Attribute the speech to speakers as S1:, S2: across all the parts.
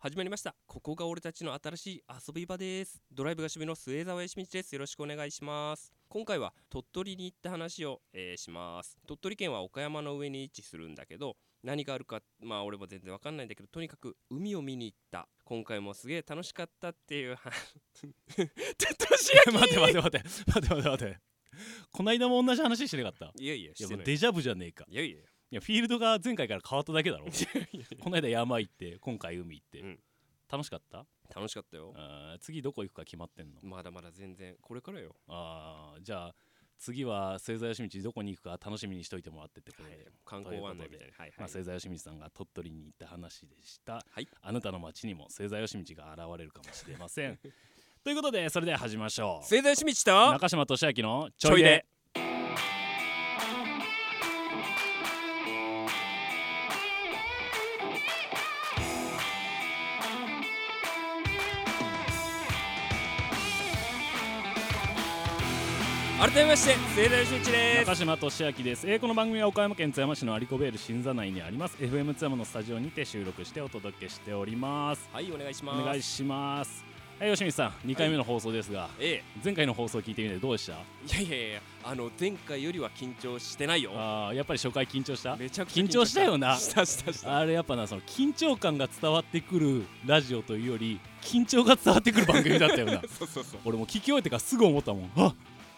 S1: 始まりましたここが俺たちの新しい遊び場ですドライブが趣味の末澤義道ですよろしくお願いします今回は鳥取に行った話を、えーします鳥取県は岡山の上に位置するんだけど何があるかまあ俺も全然わかんないんだけどとにかく海を見に行った今回もすげえ楽しかったっていう 話年明
S2: 待って待って待って待って待って待ってこないだも同じ話してなかったい
S1: けいやいやし
S2: や
S1: て
S2: も
S1: な
S2: う
S1: い
S2: デジャブじゃねえか
S1: いやいや
S2: いやフィールドが前回から変わっただ けだろ
S1: いやいや
S2: こないだ山行って今回海行って、
S1: うん
S2: 楽しかった
S1: 楽しかったよ
S2: あー次どこ行くか決まってんの
S1: まだまだ全然これからよ
S2: あーじゃあ次は末澤義道どこに行くか楽しみにしといてもらってってことで、
S1: 観光案内みたいなはいは
S2: まあ、
S1: い
S2: 末澤義道さんが鳥取に行った話でした、
S1: はい
S2: あなたの町にも末澤義道が現れるかもしれま せんということでそれでは始めましょう
S1: 末澤清道と
S2: 中島俊明のち
S1: ちょ
S2: ょ
S1: い
S2: い
S1: で
S2: で
S1: 改めまして末田俊一です
S2: 中島俊明です、えーこの番組は岡山県津山市の有子ベール新座内にあります FM 津山のスタジオにて収録してお届けしております
S1: はいお願いし
S2: お
S1: ます
S2: 願いしますはい吉見さん2回目の放送ですが、
S1: え
S2: 前回の放送聞いてみてどうでした
S1: えいやいやいやあの前回よりは緊張してないよ
S2: あーやっぱり初回緊張した
S1: めちゃくちゃ
S2: 緊張したよな
S1: したしたした
S2: あれやっぱなその緊張感が伝わってくるラジオというより緊張が伝わってくる番組だった よな
S1: そうそうそう
S2: 俺もう聞き終えてからすぐ思ったもんあ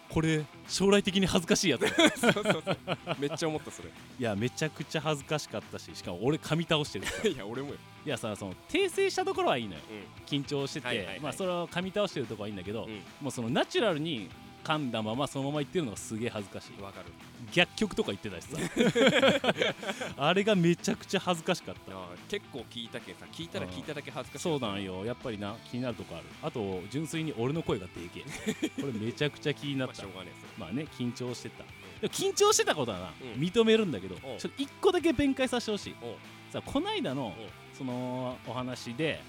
S2: これ将来的に恥ずかしいやつだい
S1: そうそうそうめっちゃ思ったそれ
S2: やめちゃくちゃ恥ずかしかったししかも俺噛み倒してる
S1: いや俺もよ
S2: いやさその訂正したところはいいのよ
S1: う
S2: 緊張してて、
S1: はいはいはい
S2: まあそれを噛み倒してるとこはいいんだけど、
S1: うん
S2: もうそのナチュラルに噛んだままそのまま言ってるのがすげえ恥ずかしい
S1: んわかる
S2: 逆曲とか言ってたしさ あれがめちゃくちゃ恥ずかしかった
S1: あー結構聞いたけんさ聞いたら聞いただけ恥ずかしい
S2: そうなんよやっぱりな気になるとこあるあと純粋に俺の声がでけ えこれめちゃくちゃ気にな
S1: ま
S2: っ
S1: あしたょうがねえ
S2: まあね緊張してたでも緊張してたことはな、
S1: うん
S2: 認めるんだけど
S1: おう
S2: ちょっと一個だけ弁解させてほしい
S1: それおう
S2: さあこないだの
S1: おう
S2: そのお話で、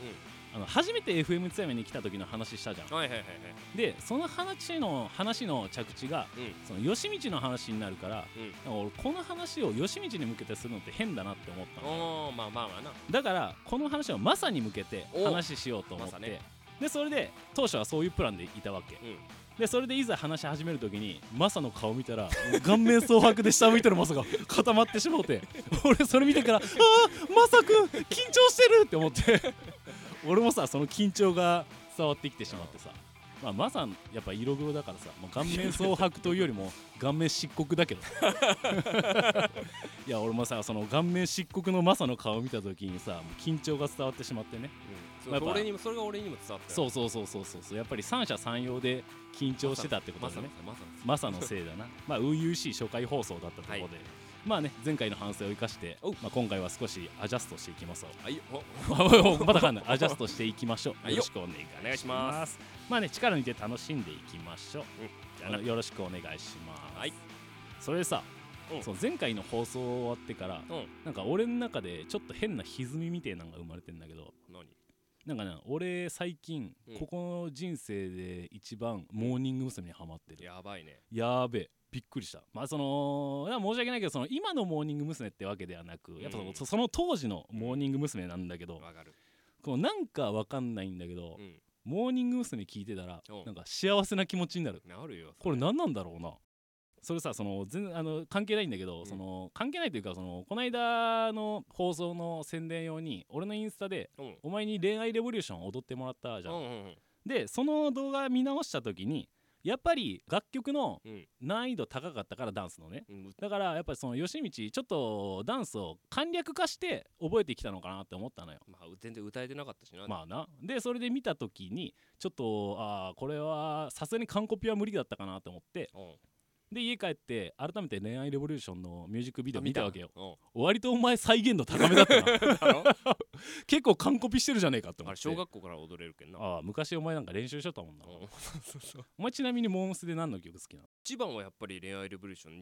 S2: あの初めて FM 津山に来た時の話したじゃん
S1: うんはいはいはい
S2: でその話の話の着地が
S1: はい
S2: その吉道の話になるから
S1: うんうん
S2: 俺この話を吉道に向けてするのって変だなって思ったの
S1: おーまあまあまあな
S2: だからこの話をマサに向けて
S1: お
S2: 話しようと思っ
S1: マサ
S2: て、
S1: ね
S2: でそれで当初はそういうプランでいたわけ
S1: うん
S2: でそれでいざ話し始める時にマサの顔見たら顔面蒼白で下向いてるマサが固まってしもうて俺それ見てから「あーマサくん緊張してる!」って思って 俺もさその緊張が伝わってきてしまってさ、まあ、マサやっぱ色黒だからさ、まあ、顔面蒼白というよりも顔面漆黒だけど いや俺もさその顔面漆黒のマサの顔見た時にさもう緊張が伝わってしまってね
S1: うんそう
S2: まあやっぱ
S1: 俺にもそれが俺にも伝わったよ
S2: そうそうそうそうそうそうやっぱり三者三様で緊張してたってことだね
S1: まさに
S2: マサのせいだなまあ初々しい初回放送だったところで、
S1: はい
S2: まあね前回の反省を生かして
S1: おう、
S2: まあ、今回は少しアジャストしていきましょう
S1: はいお
S2: あおいおい まだ かんないアジャストしていきましょ
S1: はいよ
S2: うよろしくお願いします
S1: お願いします
S2: まあね力抜いて楽しんでいきましょう、
S1: じゃあな
S2: あのよろしくお願いします、
S1: はい
S2: それでさ、
S1: うん
S2: その前回の放送終わってから、
S1: うん
S2: なんか俺の中でちょっと変な歪みみてえなのが生まれてんだけど
S1: 何
S2: なんかね俺最近、
S1: うん
S2: ここの人生で一番モーニング娘。にハマってる
S1: やばいね
S2: やーべえびっくりしたまあそのいや申し訳ないけどその今のモーニング娘。ってわけではなく、やっぱそ
S1: うん
S2: のそその当時のモーニング娘。なんだけど、
S1: わかる
S2: こうなんかわかんないんだけど、
S1: うん
S2: モーニング娘。聞いてたら、
S1: うん
S2: なんか幸せな気持ちになる
S1: なるよ
S2: これ何なんだろうなそれさその全あの関係ないんだけど、
S1: うん
S2: その関係ないというかそのこの間の放送の宣伝用に俺のインスタで
S1: うんうん
S2: お前に恋愛レボリューション踊ってもらったじゃん、
S1: うんうん
S2: でその動画見直した時にやっぱり楽曲の
S1: うん
S2: 難易度高かったからダンスのね
S1: うん
S2: だからやっぱりその吉道ちょっとダンスを簡略化して覚えてきたのかなって思ったのよ
S1: まあ全然歌えてなかったしな
S2: まあなでそれで見た時にちょっとああこれはさすがに完コピは無理だったかなと思って
S1: うん
S2: で家帰って改めて「恋愛レボリューション」のミュージックビデオ見たわけよ
S1: うん
S2: 割とお前再現度高め だった な
S1: だろ
S2: 結構完コピしてるじゃねえかって
S1: あ
S2: 思っ
S1: れ
S2: て
S1: 小学校から踊れるけんな
S2: ああ昔お前なんか練習しとったもんな
S1: うんそうそう
S2: お前ちなみにモームスで何の曲好きなの
S1: 一番はやっぱり恋愛レボリューション
S2: あ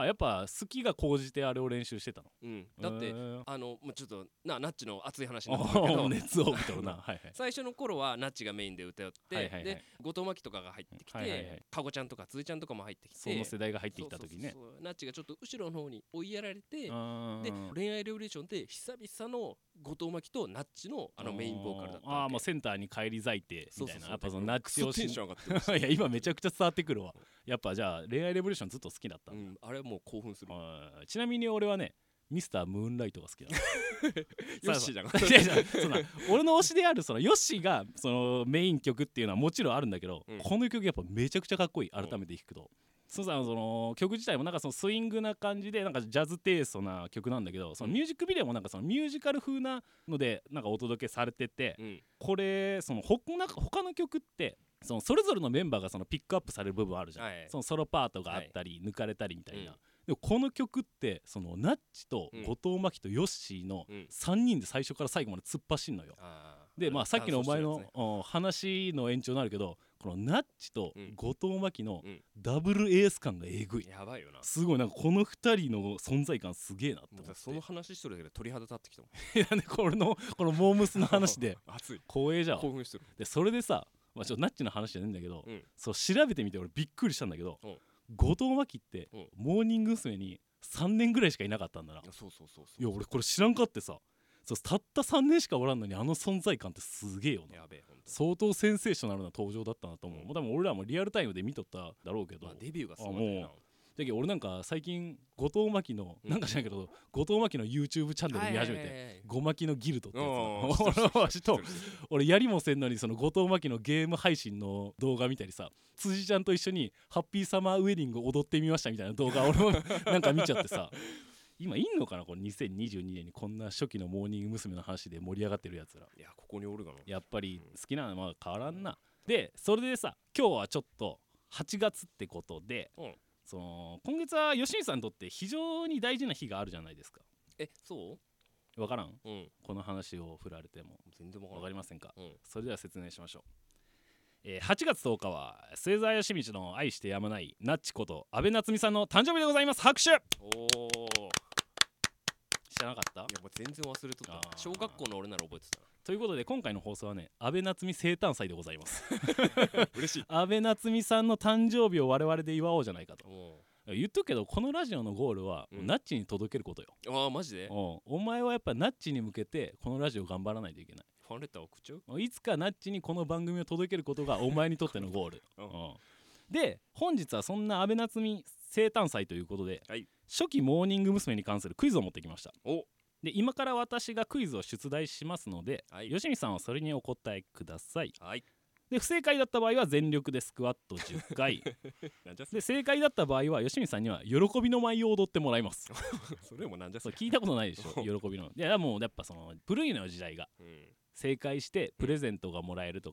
S1: 21
S2: あやっぱ好きが高じてあれを練習してたの
S1: うんだっ
S2: へ
S1: て
S2: ー
S1: あのもうちょっとなナッチの熱い話に
S2: あ
S1: なってく るけ
S2: ー
S1: ど
S2: 熱を帯びとるなはいはい
S1: 最初の頃はナッ チがメインで歌っ
S2: は
S1: て
S2: いはいはい
S1: で後藤真希とかが入ってき
S2: はいはいは
S1: て
S2: い
S1: かごちゃんとかつーちゃんとかも入ってき
S2: その
S1: て
S2: 世世代が入ってきた時ね
S1: そうそうそうナッチがちょっと後ろの方に追いやられて
S2: あ
S1: で
S2: ー
S1: 恋愛レボリューションで久々の後藤真希とナッチのあのメインボーカルだったわけ
S2: ああもうセンターに返り咲いてみたいなやっぱそのナッチを
S1: テ
S2: し
S1: ンション上がってました
S2: いや今めちゃくちゃ伝わってくるわやっぱじゃあ恋愛レボリューションずっと好きだった
S1: うん
S2: だ、
S1: ん、あれはもう興奮する
S2: うんちなみに俺はねミスタームーンライトが好きだ
S1: ヨッシーじゃなかっ
S2: いやいやそんな俺の推しであるそのヨッシーがそのメイン曲っていうのはもちろんあるんだけど、
S1: うん
S2: この曲やっぱめちゃくちゃかっこいい改めて弾くと、そうさその曲自体もなんかそのスイングな感じでなんかジャズテイストな曲なんだけどそのミュージックビデオもなんかそのミュージカル風なのでなんかお届けされてて、
S1: うん
S2: これそのほなんか他の曲ってそのそれぞれのメンバーがそのピックアップされる部分あるじゃん、
S1: はい
S2: そのソロパートがあったり、抜かれたりみたいな、
S1: うん
S2: でもこの曲ってそのナッチと
S1: うん
S2: 後藤真希とヨッシーの
S1: うん
S2: 3人で最初から最後まで突っ走んのよ、
S1: あー
S2: でまあさっきのお前の、
S1: 乾燥してるや
S2: うん話の延長になるけどこのナッチと
S1: うん
S2: 後藤真希の
S1: うん
S2: ダブルエース感がえぐい、
S1: つねやばいよな
S2: すごいなんかこの2人の存在感すげえなって
S1: も
S2: 思
S1: うだ
S2: っ
S1: から
S2: て
S1: そ の話してるだけで鳥肌立ってきた もん
S2: なんでこれのこのモームスの話 で
S1: 熱い
S2: 光栄じゃん
S1: 興奮してる
S2: でそれでさ、まあ、ちょっとナッチの話じゃねえんだけど、
S1: うん
S2: そう調べてみて俺びっくりしたんだけど、
S1: うん
S2: 後藤真希って、
S1: うん
S2: モーニング娘。に3年ぐらいしかいなかったんだない
S1: やそうそうそうそう
S2: いや俺これ知らんかってさそうたった3年しかおらんのにあの存在感ってすげえよな
S1: やべえ本当
S2: 相当センセーショナルな登場だったなと思う、
S1: うん
S2: もう多分俺らもリアルタイムで見とっただろうけど、
S1: まあ
S2: だ
S1: デビューがすごいんだよ
S2: けど俺なんか最近後藤真希の、
S1: うん
S2: なんか知らんけど後藤真希の YouTube チャンネ
S1: な
S2: ル見始めて、
S1: て
S2: ゴマキのギルドってやつ
S1: お
S2: な
S1: ー
S2: 俺は知っとる俺やりもせんのにその後藤真希のゲーム配信の動画見たりさ辻ちゃんと一緒に「ハッピーサマーウェディング踊ってみました」みたいな動画 俺もなんか見ちゃってさ今いんのかなこの2022年にこんな初期のモーニング娘。の話で盛り上がってるやつら
S1: いやここにおるがな
S2: やっぱり好きなのは変わらんなでそれでさ今日はちょっと8月ってことで、
S1: うん
S2: その今月は吉井さんにとって非常に大事な日があるじゃないですか
S1: えそ
S2: わからん
S1: ううん
S2: この話を振られても
S1: 全然わか
S2: わ
S1: ら
S2: か
S1: ない
S2: りませんか
S1: うん
S2: それでは説明しましょう、えー8月10日は末澤義道の愛してやまないナッチこと安倍夏実さんの誕生日でございます拍手
S1: おお
S2: 知らなかった
S1: いやもう全然忘れとっ
S2: あ
S1: た
S2: ー
S1: 小学校の俺なら覚えて た
S2: ということで今回の放送はね安倍夏実生誕祭でございます
S1: な嬉しい
S2: 安倍夏実さんの誕生日を我々で祝おうじゃないかと
S1: も
S2: 言っとくけどこのラジオのゴールは、
S1: うん
S2: ナッチに届けることよ
S1: うああマジで
S2: おお前はやっぱナッチに向けてこのラジオ頑張らないといけない
S1: ファンレター送っちゃう
S2: いつかナッチにこの番組を届けることがお前にとってのゴール
S1: 、うん
S2: うんで本日はそんな安倍夏実生誕祭ということで、
S1: はい
S2: 初期モーニング娘。に関するクイズを持ってきました
S1: お
S2: で今から私がクイズを出題しますので、
S1: はい
S2: 吉見さんはそれにお答えください
S1: はい
S2: で不正解だった場合は全力でスクワット10回
S1: なんじゃそ
S2: で正解だった場合は吉見さんには喜びの舞を踊ってもらいます
S1: それもなんじゃそ
S2: そう
S1: れ
S2: 聞いたことない でしょ喜びのいやもうやっぱその古いのよ時代が
S1: うん
S2: 正解してプレゼントがもらえると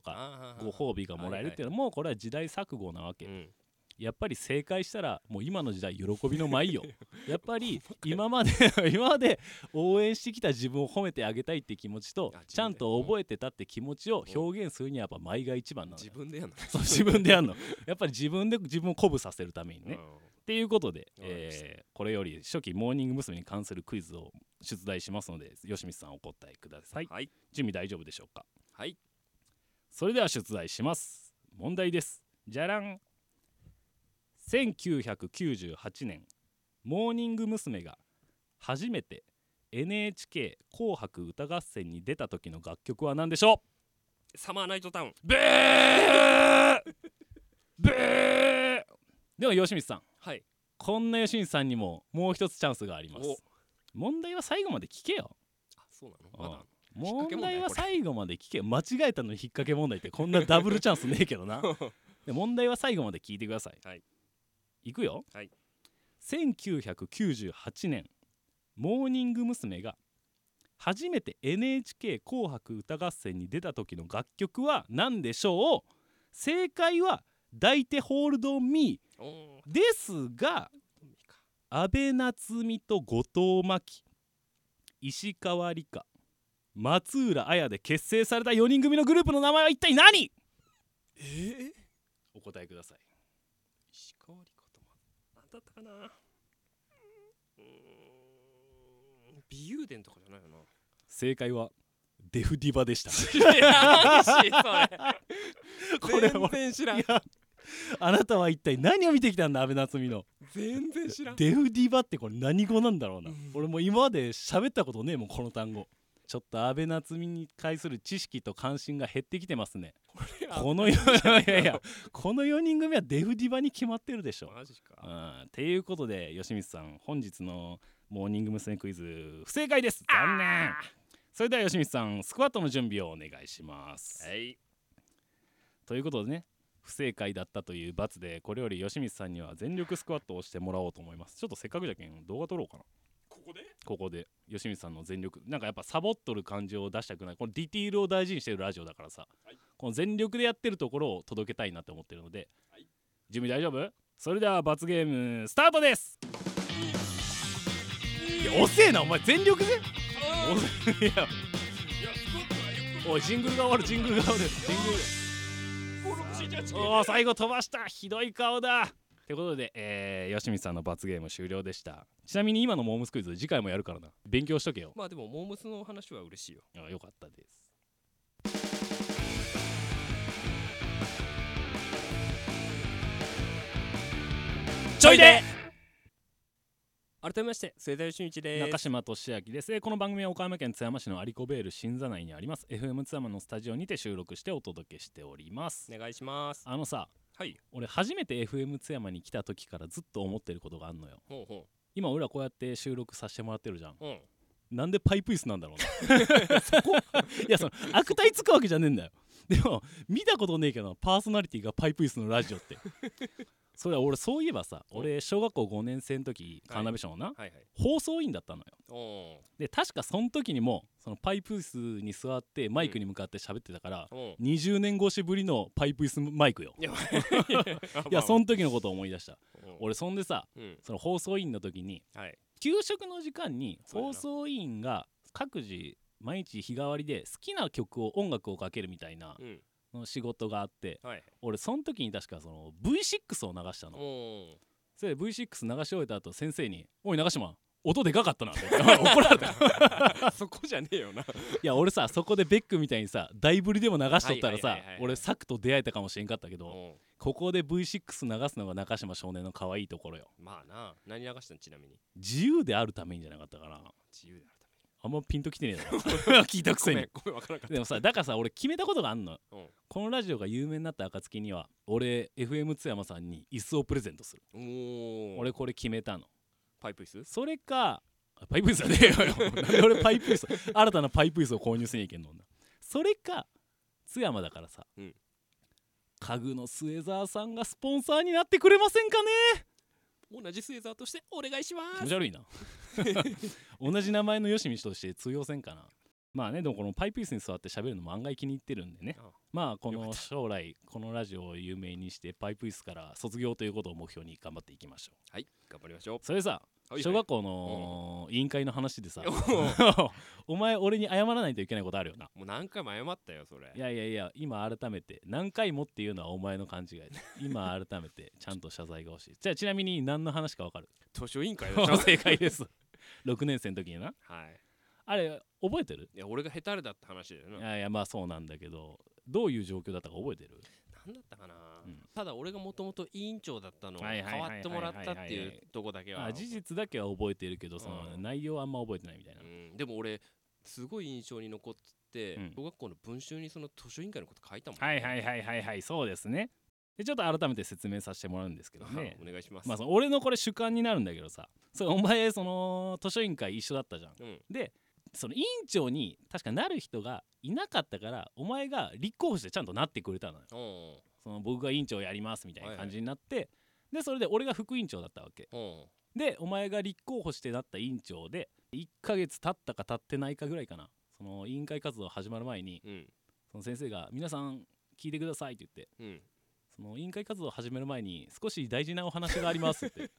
S1: あ
S2: か、
S1: ー
S2: ご褒美がもらえるっていうのはもうこれは時代錯誤なわけ、
S1: うん
S2: やっぱり正解したらもう今の時代喜びの 舞よやっぱり今まで 今まで応援してきた自分を褒めてあげたいって気持ちと
S1: あ自分で
S2: ちゃんと覚えてたって気持ちを表現するにはやっぱ舞が一番なの
S1: 自
S2: よ
S1: 分でやんの
S2: そう自分でやるのやっぱり自分で自分を鼓舞させるためにね、っ
S1: うん
S2: ていうことで、
S1: わかりました
S2: えーこれより初期モーニング娘。に関するクイズを出題しますので吉光さんお答えください
S1: はい
S2: 準備大丈夫でしょうか
S1: はい
S2: それでは出題します問題ですじゃらん1998年モーニング娘。が初めて NHK「紅白歌合戦」に出た時の楽曲は何でしょ
S1: サマーナイトタウン
S2: うブーブーでは吉光さん
S1: はい
S2: こんな吉光さんにももう一つチャンスがありま
S1: お
S2: す問題は最後まで聞けよ
S1: あそうなのまだ引っ
S2: 問
S1: 掛け問題
S2: 題は
S1: これ
S2: 最後まで聞けよ間違えたのに引っ掛け問題ってこんなダブルチャンスねえけどな
S1: あんの
S2: で問題は最後まで聞いてください。
S1: はい、
S2: くよ。
S1: はい、
S2: 1998年モーニング娘。が初めて NHK 紅白歌合戦に出た時の楽曲は何でしょう正解は「抱いてホールドミ
S1: おー
S2: ー」ですが安倍夏実と後藤真希石川理香松浦綾で結成された4人組のグループの名前は一体何
S1: えー
S2: お答えください。
S1: 石川理子とまなんだったかなうーん美友伝とかじゃないよな
S2: 正解は デフディバでした
S1: いやマジそれ
S2: これ俺
S1: 全然知らん
S2: いやあなたは一体何を見てきたんだ安倍夏実の
S1: 全然知らん
S2: デフディバってこれ何語なんだろうな、
S1: うん
S2: 俺もう今まで喋ったことねえもんこの単語ちょっと安倍夏実に対する知識と関心が減ってきてますねこのいやいやいやこの4人組はデフディバに決まってるでしょ
S1: マジか
S2: うんていうことで吉光さん本日のモーニング娘。クイズ不正解です残念それでは吉光さんスクワットの準備をお願いします、
S1: はい
S2: ということでね不正解だったという罰でこれより吉光さんには全力スクワットをしてもらおうと思いますちょっとせっかくじゃけん動画撮ろうかな
S1: ここで
S2: ここで吉光さんの全力なんかやっぱサボっとる感じを出したくないこのディティールを大事にしてるラジオだからさ、
S1: はい
S2: この全力でやってるところを届けたいなって思ってるので、
S1: はい
S2: 準備大丈夫それでは罰ゲームスタートですいや遅えなお前全力で
S1: あー
S2: 遅えいや
S1: いやスコットはよく
S2: おいジングルが終わるジングルが終わるジングルおお最後飛ばしたひどい顔だってことで、えー、吉光さんの罰ゲーム終了でしたちなみに今のモームスクイズ次回もやるからな勉強しとけよ
S1: まあでもモームスの話は嬉しいよ
S2: あよかったです
S1: ちょいで改めまして末田俊一です
S2: 中島俊明です、えーこの番組は岡山県津山市のアリコベール新座内にあります FM 津山のスタジオにて収録してお届けしております、
S1: お願いします
S2: あのさ
S1: はい
S2: 俺初めて FM 津山に来た時からずっと思ってることがあんのよ
S1: ほうほ
S2: 今俺らこうやって収録させてもらってるじゃん
S1: ううん
S2: なんでパイプ椅子なんだろうな いやその悪態つくわけじゃねえんだよでも見たことねえけどパーソナリティがパイプ椅子のラジオって それは俺そういえばさ俺小学校5年生の時
S1: はい
S2: カーナビションをな、
S1: はいはい
S2: 放送委員だったのよ
S1: お
S2: で確かその時にもそのパイプ椅子に座ってマイクに向かって喋ってたから、
S1: うんうん
S2: 20年越しぶりのパイプ椅子マイクよ
S1: いや
S2: いやその時のことを思い出した
S1: 俺
S2: 俺そんでさ
S1: うん
S2: その放送委員の時に
S1: はい
S2: 給食の時間に放送委員が各自毎日日替わりで好きな曲を音楽をかけるみたいな
S1: うん
S2: の仕事があって
S1: はい
S2: 俺その時に確かその V6 を流したの
S1: お
S2: それで V6 流し終えた後先生に「おい長島音でかかったな」って 言って怒 られたい
S1: あそこじゃねえよな
S2: や俺さそこでベックみたいにさ大ぶりでも流しとったら
S1: はい
S2: さ
S1: はいはいはい
S2: 俺サクと出会えたかもしれんかったけど
S1: お
S2: ここで V6 流すのが中島少年の可愛いところよ
S1: まあな何流したんちなみに
S2: 自由であるためにじゃなかったかな
S1: 自由である
S2: あんまピンときてねえ だろ聞いたく
S1: た
S2: せ
S1: め
S2: に
S1: ごめんごめんわからなかっ
S2: でもさだからさ俺決めたことがあんの
S1: たうん
S2: このラジオが有名になった暁には俺 FM 津山さんに椅子をプレゼントする
S1: おー
S2: 俺これ決めたの
S1: パイプ椅子
S2: それかあパイプ椅子だねえよ なんで俺パイプ椅子新たなパイプ椅子を購入せにゃいけんの女それか津山だからさ、
S1: うん
S2: 家具の末澤さんがスポンサーになってくれませんかね
S1: 同じスエザーとしてお願いしま
S2: 気持
S1: す
S2: ち悪いな 同じ名前のよしみしとして通用せんかなまあねでもこのパイプ椅子に座って喋るのも案外気に入ってるんでね
S1: ああ
S2: まあこ
S1: よか
S2: の
S1: っ
S2: 将来このラジオを有名にしてパイプ椅子から卒業ということを目標に頑張っていきましょ
S1: はい頑張りましょ
S2: うそれでさ
S1: うはい
S2: 小学校の委員会の話でさ
S1: おう
S2: お前俺に謝らないといけないことあるよな
S1: もう何回も謝ったよそれ
S2: いやいやいや今改めて何回もっていうのはお前の勘違いだ今改めてちゃんと謝罪が欲しいじゃあちなみに何の話かわかる
S1: 図書委員会だ った
S2: 正解です6年生の時にな
S1: はい
S2: あれ覚えてる
S1: いや俺がヘタレだって話だよない
S2: やいやまあそうなんだけどどういう状況だったか覚えてる
S1: 何だったかな、
S2: うん
S1: ただ俺がもともと委員長だったのを
S2: はい
S1: 変
S2: はいは
S1: わ
S2: いはいはい
S1: ってもらったっていうとこだけは
S2: あ事実だけは覚えてるけどその
S1: うん
S2: 内容はあんま覚えてないみたいな
S1: うん、でも俺すごい印象に残ってて、
S2: うん
S1: 小学校の文集にその図書委員会のこと書いたもん、
S2: はいはいは いはいはいそうですねでちょっと改めて説明させてもらうんですけど
S1: はい
S2: ね
S1: お願いします、
S2: まあその俺のこれ主観になるんだけどさそれお前その図書委員会一緒だったじゃん
S1: うん、
S2: でその委員長に確かなる人がいなかったからお前が立候補してちゃんとなってくれたのよ
S1: お
S2: その僕が委員長やりますみたいな感じになって、でそれで俺が副委員長だったわけ
S1: うんうん
S2: でお前が立候補してなった委員長で1ヶ月経ったか経ってないかぐらいかなその委員会活動始まる前に
S1: うん
S2: その先生が「皆さん聞いてください」って言って
S1: うん
S2: その委員会活動を始める前に少し大事なお話がありますって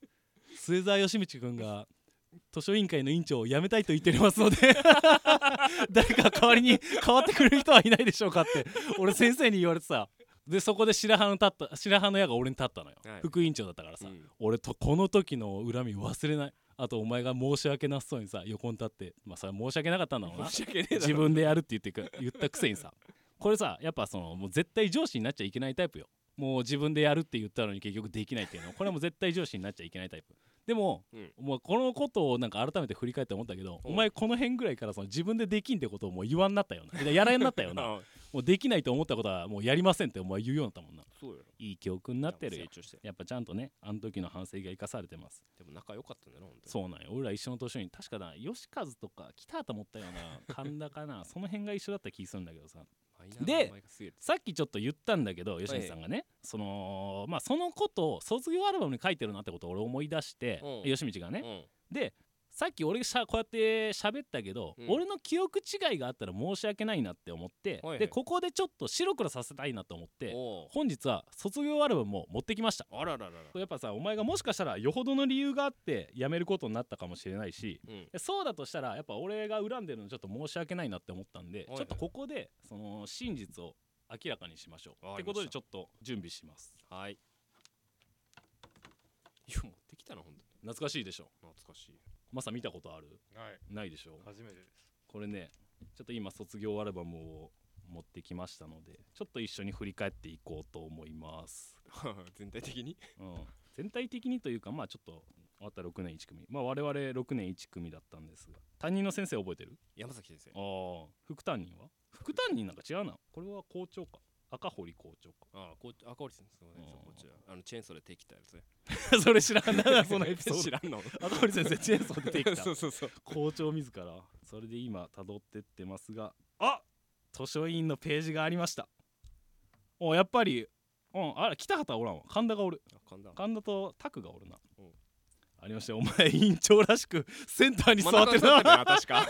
S2: 末澤義道君が図書委員会の委員長を辞めたいと言っておりますので 誰か代わりに代わってくれる人はいないでしょうかって俺先生に言われてさでそこで白羽の立った白羽の矢が俺に立ったのよ、
S1: はい
S2: 副委員長だったからさ、
S1: うん
S2: 俺とこの時の恨み忘れないあとお前が申し訳なさそうにさ横に立ってまあそれは申し訳なかったんだろ うな
S1: 申し訳ねえだ
S2: 自
S1: ろ
S2: 分でやるって言ってく言ったくせにさこれさやっぱそのもう絶対上司になっちゃいけないタイプよもう自分でやるって言ったのに結局できないっていうのこれはもう絶対上司になっちゃいけないタイプでも、
S1: うん
S2: もうこのことをなんか改めて振り返って思ったけど、
S1: うん
S2: お前この辺ぐらいからその自分でできんってことをもう言わんなったよなやらんなったよな
S1: あ
S2: もうできないと思ったことはもうやりませんってお前言うようになったもんな
S1: そうよ
S2: いい記憶になってる
S1: 成
S2: よ
S1: 長して
S2: やっぱちゃんとねあの時の反省が生かされてます
S1: でも仲良かったんだよな本当に
S2: そうなんよ俺ら一緒の年に確かな吉和とか来たと思ったよ うな神田かなその辺が一緒だった気するんだけどさ
S1: マイナーな
S2: で
S1: 名前がすげえ
S2: さっきちょっと言ったんだけど吉見さんがね、そのまあそのことを卒業アルバムに書いてるなってことを俺思い出して、
S1: うん
S2: 吉道がね、
S1: うん
S2: でさっき俺しゃこうやって喋ったけど、
S1: うん
S2: 俺の記憶違いがあったら申し訳ないなって思って、
S1: はいはい
S2: でここでちょっと白黒させたいなと思って
S1: おう
S2: 本日は卒業アルバムも持ってきました
S1: あらららら
S2: やっぱさお前がもしかしたらよほどの理由があって辞めることになったかもしれないし
S1: うん
S2: でそうだとしたらやっぱ俺が恨んでるのちょっと申し訳ないなって思ったんで、
S1: はいはい
S2: ちょっとここでその真実を明らかにしましょう
S1: わ
S2: っ
S1: か
S2: て
S1: りました
S2: ことでちょっと準備します
S1: はいいや持ってきたな本
S2: 懐かしいでしょ
S1: 当に懐かしい
S2: マサ見たことある
S3: はい
S2: ないでしょ
S3: 初めてです
S2: これねちょっと今卒業アルバムを持ってきましたのでちょっと一緒に振り返っていこうと思います、
S1: 全体的に
S2: うん、全体的にというかまあちょっと終わった6年1組まあ我々6年1組だったんですが担任の先生覚えてる
S1: 山崎先生
S2: ああ副担任は副担任なんか違うなこれは校長か赤堀校長
S1: ああこう赤堀先生のね
S2: うん
S1: そうこっちだあのチェーンソーで手切ったやつね
S2: か それ知らんなそのエピソ
S1: 知
S2: ー
S1: らんの
S2: ド赤堀先生チェーンソー出てき た
S1: そうそうそう
S2: 校長自らそれで今辿ってってますがあ図書委員のページがありましたおやっぱりうんあら北畑はおらんわ神田がおる
S1: あ神田
S2: 神田と拓がおるな
S1: うん
S2: ありましたよお前委員長らしくセンターに座
S1: 真ん
S2: っ
S1: 中
S2: て
S1: に
S2: る
S1: 座
S2: な
S1: ってるな確か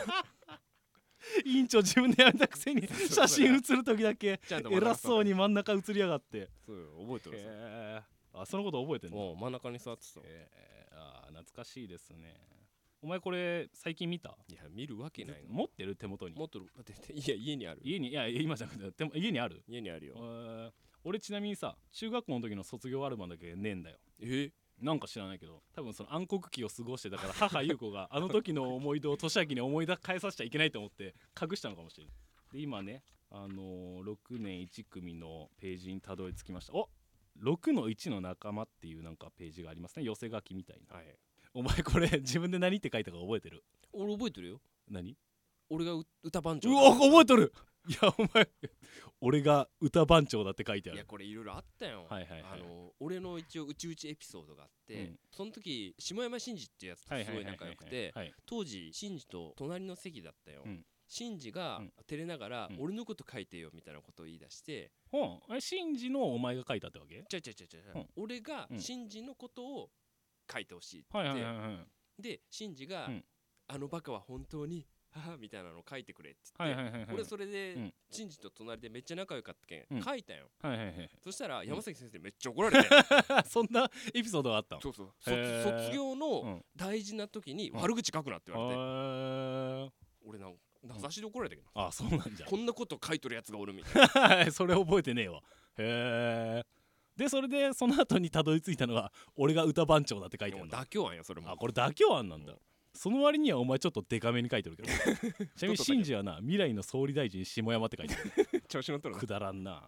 S2: 委員長自分でやめたくせに
S1: そう
S2: 写真写る時だけ
S1: ちゃんと真ん中
S2: 偉そう
S1: に
S2: に真ん中写りやがって
S1: そうよ覚えてるさ
S2: へーあそのこと覚えてんの
S1: おう真ん中に座ってたわ
S2: へーあー懐かしいですねお前これ最近見た
S1: いや見るわけないの
S2: 持ってる手元に
S1: 持ってるだっていや家にある
S2: 家にいやいや今じゃなくて手も家にある
S1: 家にあるよ
S2: へー俺ちなみにさ中学校の時の卒業アルバムだけねえんだよ
S1: え
S2: なんか知らないけど多分その暗黒期を過ごしてだから母優子 があの時の思い出を年明に思い出返させちゃいけないと思って隠したのかもしれないで今ねあのー6年1組のページにたどり着きましたお6の1の仲間っていうなんかページがありますね寄せ書きみたいな
S1: はい
S2: お前これ自分で何って書いたか覚えてる
S1: 俺覚えてるよ
S2: 何
S1: 俺がう歌番長
S2: うわ覚えとるいやお前俺が歌番長だって書いてあ
S1: いや
S2: る
S1: これいろいろあったよ、
S2: はいはいはい
S1: あの俺の一応うちうちエピソードがあって、
S2: うん
S1: その時下山真司ってやつとすごい仲良くて
S2: はい
S1: 当時真司と隣の席だったよ、
S2: うん
S1: 真司が
S2: うん
S1: 照れながら、
S2: うん
S1: 俺のこと書いてよみたいなことを言い出して、
S2: ほんえ真ジのお前が書いたってわけ
S1: ちゃうちゃうちゃうちゃう
S2: うん
S1: 俺が
S2: うん
S1: 真司のことを書いてほしいって、
S2: はいはいはいはい
S1: で真司が、
S2: うん
S1: あのバカは本当に母みたいなのを書いてくれ」って言って、
S2: はいはいはいはい
S1: 俺それで、
S2: うん
S1: 真司と隣でめっちゃ仲良かったけん、
S2: うん
S1: 書いたよ
S2: はいはいはい
S1: そしたら山崎先生めっちゃ怒られ て、
S2: あそんなエピソードがあったの
S1: そうそう
S2: へー
S1: 卒卒業
S2: う
S1: の
S2: ん
S1: 大事な時に
S2: うん
S1: 悪口書くなって言われて、
S2: あ
S1: 俺なんか名指しで怒られたけど、
S2: ーあそうなんじ
S1: こんなこと書いとるやつがおるみたいな
S2: ゃん それ覚えてねえわへえでそれでその後にたどり着いたのが俺が歌番長だって書いてあるんだ
S1: 妥協案やそれも
S2: あこれ妥協案なんだ、
S1: うん
S2: その割にはお前ちょっとデカめに書いて るけどちなみにシンジはな未来の総理大臣下山って書いてある
S1: 調子乗っとるな
S2: くだらんな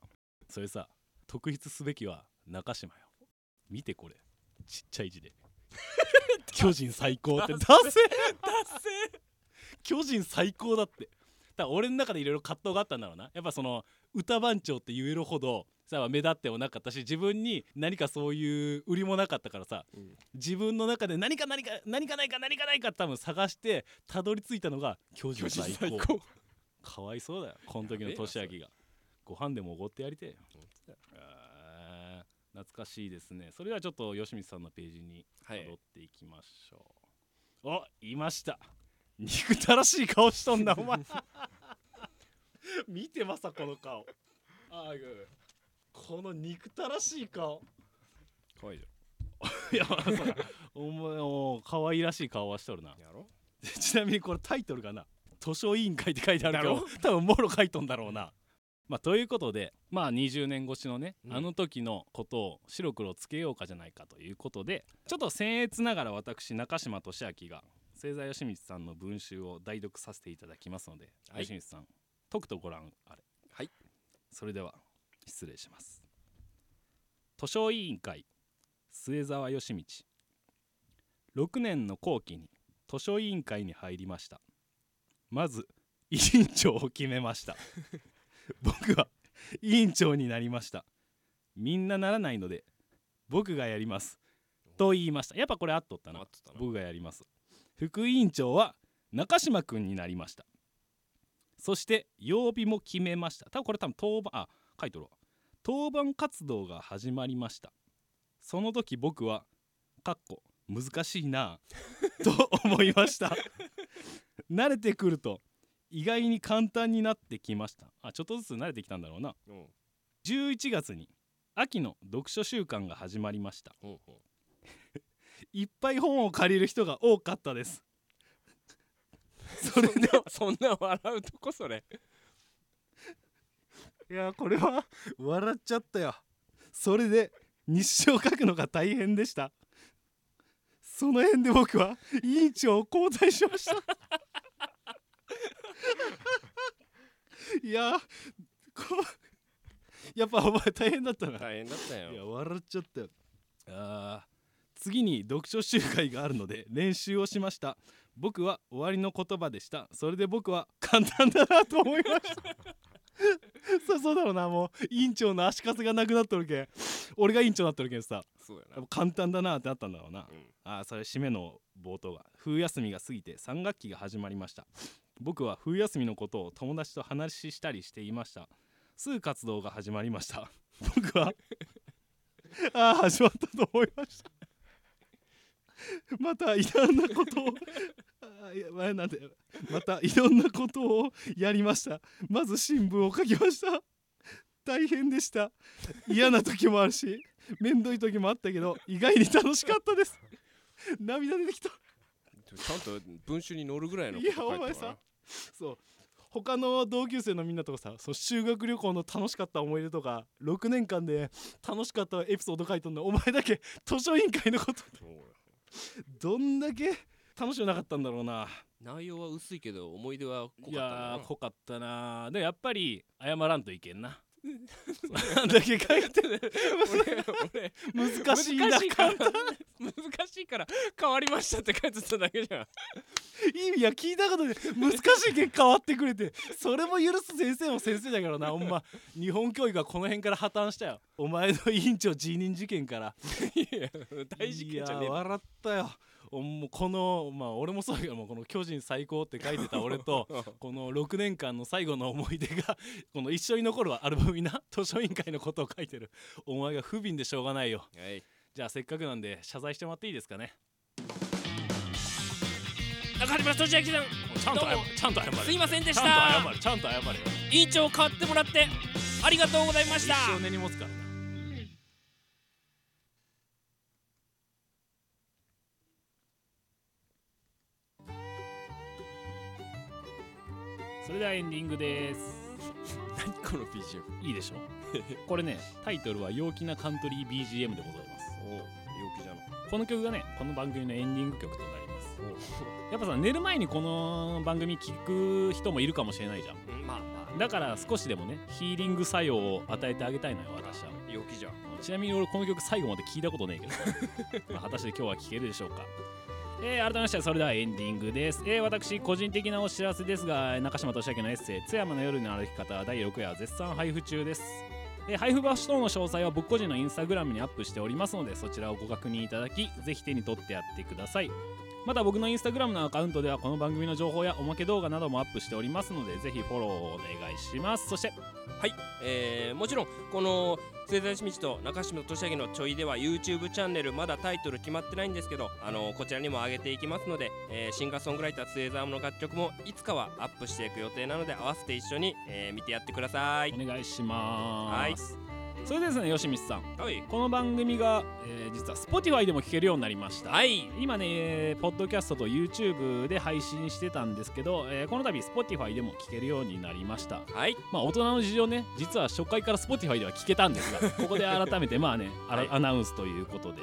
S2: それさ特筆すべきは中島よ見てこれちっちゃい字 で巨人最高って出せ出せ巨人最高だってだから俺の中でいろいろ葛藤があったんだろうなやっぱその歌番長って言えるほどさ目立ってもなかったし自分に何かそういう売りもなかったからさ
S1: うん
S2: 自分の中で何か何か何かないか何かないかって多分探してたどり着いたのが巨人
S1: 巨人
S2: 最
S1: 最
S2: 高
S1: 高
S2: かわいそうだよこの時の年明がご飯でもおごってやりてえよあー懐かしいですねそれではちょっと吉光さんのページに
S1: は
S2: 辿っ
S1: い
S2: ていきましょう、おいました憎たらしい顔しとんなお前見てまさこの顔あーぐこの憎たらしい顔
S1: かわいいじ
S2: いやそうだお前お可愛らしい顔はしとるな
S1: ゃんやろ
S2: で ちなみにこれタイトルがな図書委員会って書いてあるけ
S1: だ
S2: ど
S1: ろ
S2: 多分もろ書いとんだろうな。まあ、ということでまあ20年越しのね、
S1: うん
S2: あの時のことを白黒つけようかじゃないかということでちょっと僭越ながら私中島俊明が星座義満さんの文集を代読させていただきますので、
S1: はい
S2: 義満さんとくとご覧あれ
S1: はい
S2: それでは失礼します図書委員会末澤義道6年の後期に図書委員会に入りましたまず委員長を決めました 僕は委員長になりましたみんなならないので僕がやりますと言いましたやっぱこれあっとったな
S1: あっとったな
S2: 僕がやります副委員長は中島くんになりましたそして曜日も決めました多分これ多分当番あ書いとるわ当番活動が始まりましたその時僕はかっこ難しいな ぁと思いました慣れてくると意外に簡単になってきましたあちょっとずつ慣れてきたんだろうな
S1: うん
S2: 11月に秋の読書週間が始まりました
S1: ほうほ
S2: いっぱい本を借りる人が多かったです
S1: う
S2: それでは
S1: そんな笑うとこそれ
S2: いやこれは笑っちゃったよそれで日誌を書くのが大変でしたその辺で僕は委員長を交代しま したいやこやっぱお前大変だったな
S1: 大変だった
S2: いや
S1: よ
S2: 笑っちゃったよあー次に読書集会があるので練習をしました僕は終わりの言葉でしたそれで僕は簡単だなと思いましたそうそうだろうなもう委員長の足かせがなくなっとるけん俺が委員長になっとるけんさ
S1: そうや
S2: やっ
S1: な
S2: ぱ簡単だなってなったんだろうな、
S1: うん
S2: あーそれ締めの冒頭が冬休みが過ぎて3学期が始まりました僕は冬休みのことを友達と話ししたりしていましたすぐ活動が始まりました僕はああ始まったと思いましたまたいろんなことをあーいやまあなんでまたいろんなことをやりましたまず新聞を書きました大変でした嫌な時もあるしめんどい時もあったけど意外に楽しかったです涙出てきた
S1: ちゃんと文集に載るぐらいの
S2: い
S1: こと
S2: や
S1: 書
S2: お
S1: い
S2: 前
S1: てたわ
S2: さそう他の同級生のみんなとかさそう修学旅行の楽しかった思い出とか6年間で楽しかったエピソード書いとんのお前だけ 図書委員会のこと
S1: そうや
S2: どんだけ楽しくなかったんだろうな
S1: 内容は薄いけど思い出は濃かった
S2: いや
S1: な
S2: ー濃かったなでやっぱり謝らんといけんな あんだけ書いて
S1: 俺俺
S2: 難しいな
S1: 難しいから難しいから変わりましたって書いてただけじゃん
S2: 意味は聞いたことで難しい結果変わってくれてそれも許す先生も先生だからなほんま日本教育はこの辺から破綻したよお前の委員長辞任事件から
S1: いや大事件じゃ
S2: い
S1: ねえ
S2: や笑ったよおもうこのまあ俺もそうやけどもうこの「巨人最高」って書いてた 俺とこの6年間の最後の思い出がこの一緒に残るはアルバムにな図書委員会のことを書いてるお前が不憫でしょうがないよ
S1: はい
S2: じゃあせっかくなんで謝罪してもらっていいですかね
S1: 中島俊明さん
S2: ちゃんと
S1: ど
S2: 謝れ
S1: うも
S2: ちゃんと謝れ
S1: すいませんでし
S2: ちゃんと
S1: た
S2: 謝れちゃんと謝れよ
S1: 委員長を代わってもらってありがとうございました
S2: 一生根に持つからなそれではエンディングです
S1: 何この BGM
S2: いい でしょうこれねタイトルは「陽気なカントリー BGM」でございます
S1: おお陽気じゃな
S2: この曲がねこの番組のエンディング曲となりますやっぱさ寝る前にこの番組聞く人もいるかもしれないじゃん
S1: まあま
S2: だから少しでもねヒーリング作用を与えてあげたいのよ私は
S1: あ陽気じゃん
S2: ちなみに俺この曲最後まで聞いたことねえけど、まあ果たして今日は聴けるでしょうか。えー改めましてそれではエンディングです、えー私個人的なお知らせですが中島俊明のエッセイ「津山の夜の歩き方」第6夜は絶賛配布中です、えー配布場所等の詳細は僕個人のインスタグラムにアップしておりますのでそちらをご確認いただきぜひ手に取ってやってくださいまた僕のインスタグラムのアカウントではこの番組の情報やおまけ動画などもアップしておりますのでぜひフォローをお願いしますそして
S1: はい、えー、もちろんこの末澤義道と中島俊明のちょいでは YouTube チャンネルまだタイトル決まってないんですけどあのこちらにも上げていきますので、えーシンガーソングライター末澤の楽曲もいつかはアップしていく予定なので合わせて一緒に、えー見てやってください
S2: お願いします、それでですね吉光さん
S1: はい
S2: この番組が、えー実は Spotify でも聴けるようになりました、
S1: はい
S2: 今ね、えーポッドキャストと YouTube で配信してたんですけど、えーこの度 Spotify でも聴けるようになりました
S1: はい
S2: まあ大人の事情ね実は初回から Spotify では聴けたんですがここで改めてまあねあら
S1: はい
S2: アナウンスということで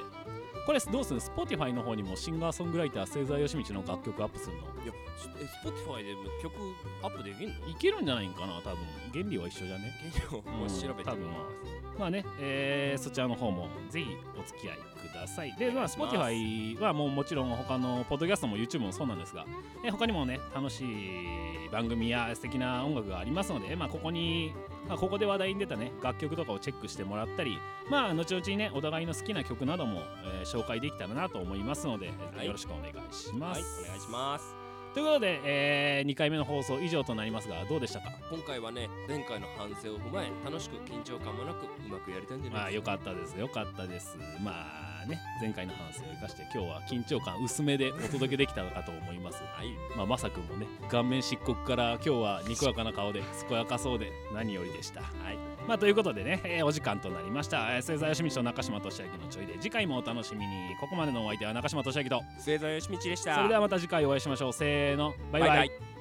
S2: これどうする Spotify の方にもシンガーソングライター星座義道の楽曲アップするの
S1: いやちょえ Spotify でも曲アップできんの
S2: いけるんじゃないんかな多分原理は一緒じゃね
S1: 現状もう調べてみます、
S2: まあね、えーそちらの方もぜひお付き合いください。で、まあ、
S1: お願
S2: Spotify はもうもちろん他のポッドキャストも YouTube もそうなんですが、えー他にもね、楽しい番組や素敵な音楽がありますので、まあ、ここに、まあ、ここで話題に出たね、楽曲とかをチェックしてもらったり、まあ、後々にね、お互いの好きな曲なども、えー紹介できたらなと思いますので、えー
S1: はい
S2: よろしくお願いしま
S1: はい
S2: す。
S1: お願いします
S2: ということで、え2回目の放送以上となりますが、どうでしたか
S1: 今回はね前回の反省を踏まえ楽しく緊張感もなくうまくやれたんじゃ
S2: ま
S1: な
S2: あ
S1: いで
S2: 良
S1: すか、
S2: かったです良かったですまあね前回の反省を生かして今日は緊張感薄めでお届けできたかと思い ます
S1: はい
S2: まあまさくんもね顔面漆黒から今日はにこやかな顔で健やかそうで何よりでしたはいまあということでね、えーお時間となりましたえー星座よしみと中島俊明のちょいで次回もお楽しみにここまでのお相手は中島俊明と
S1: 末澤義道でした
S2: それではまた次回お会いしましょうせーのバイバイ
S1: イ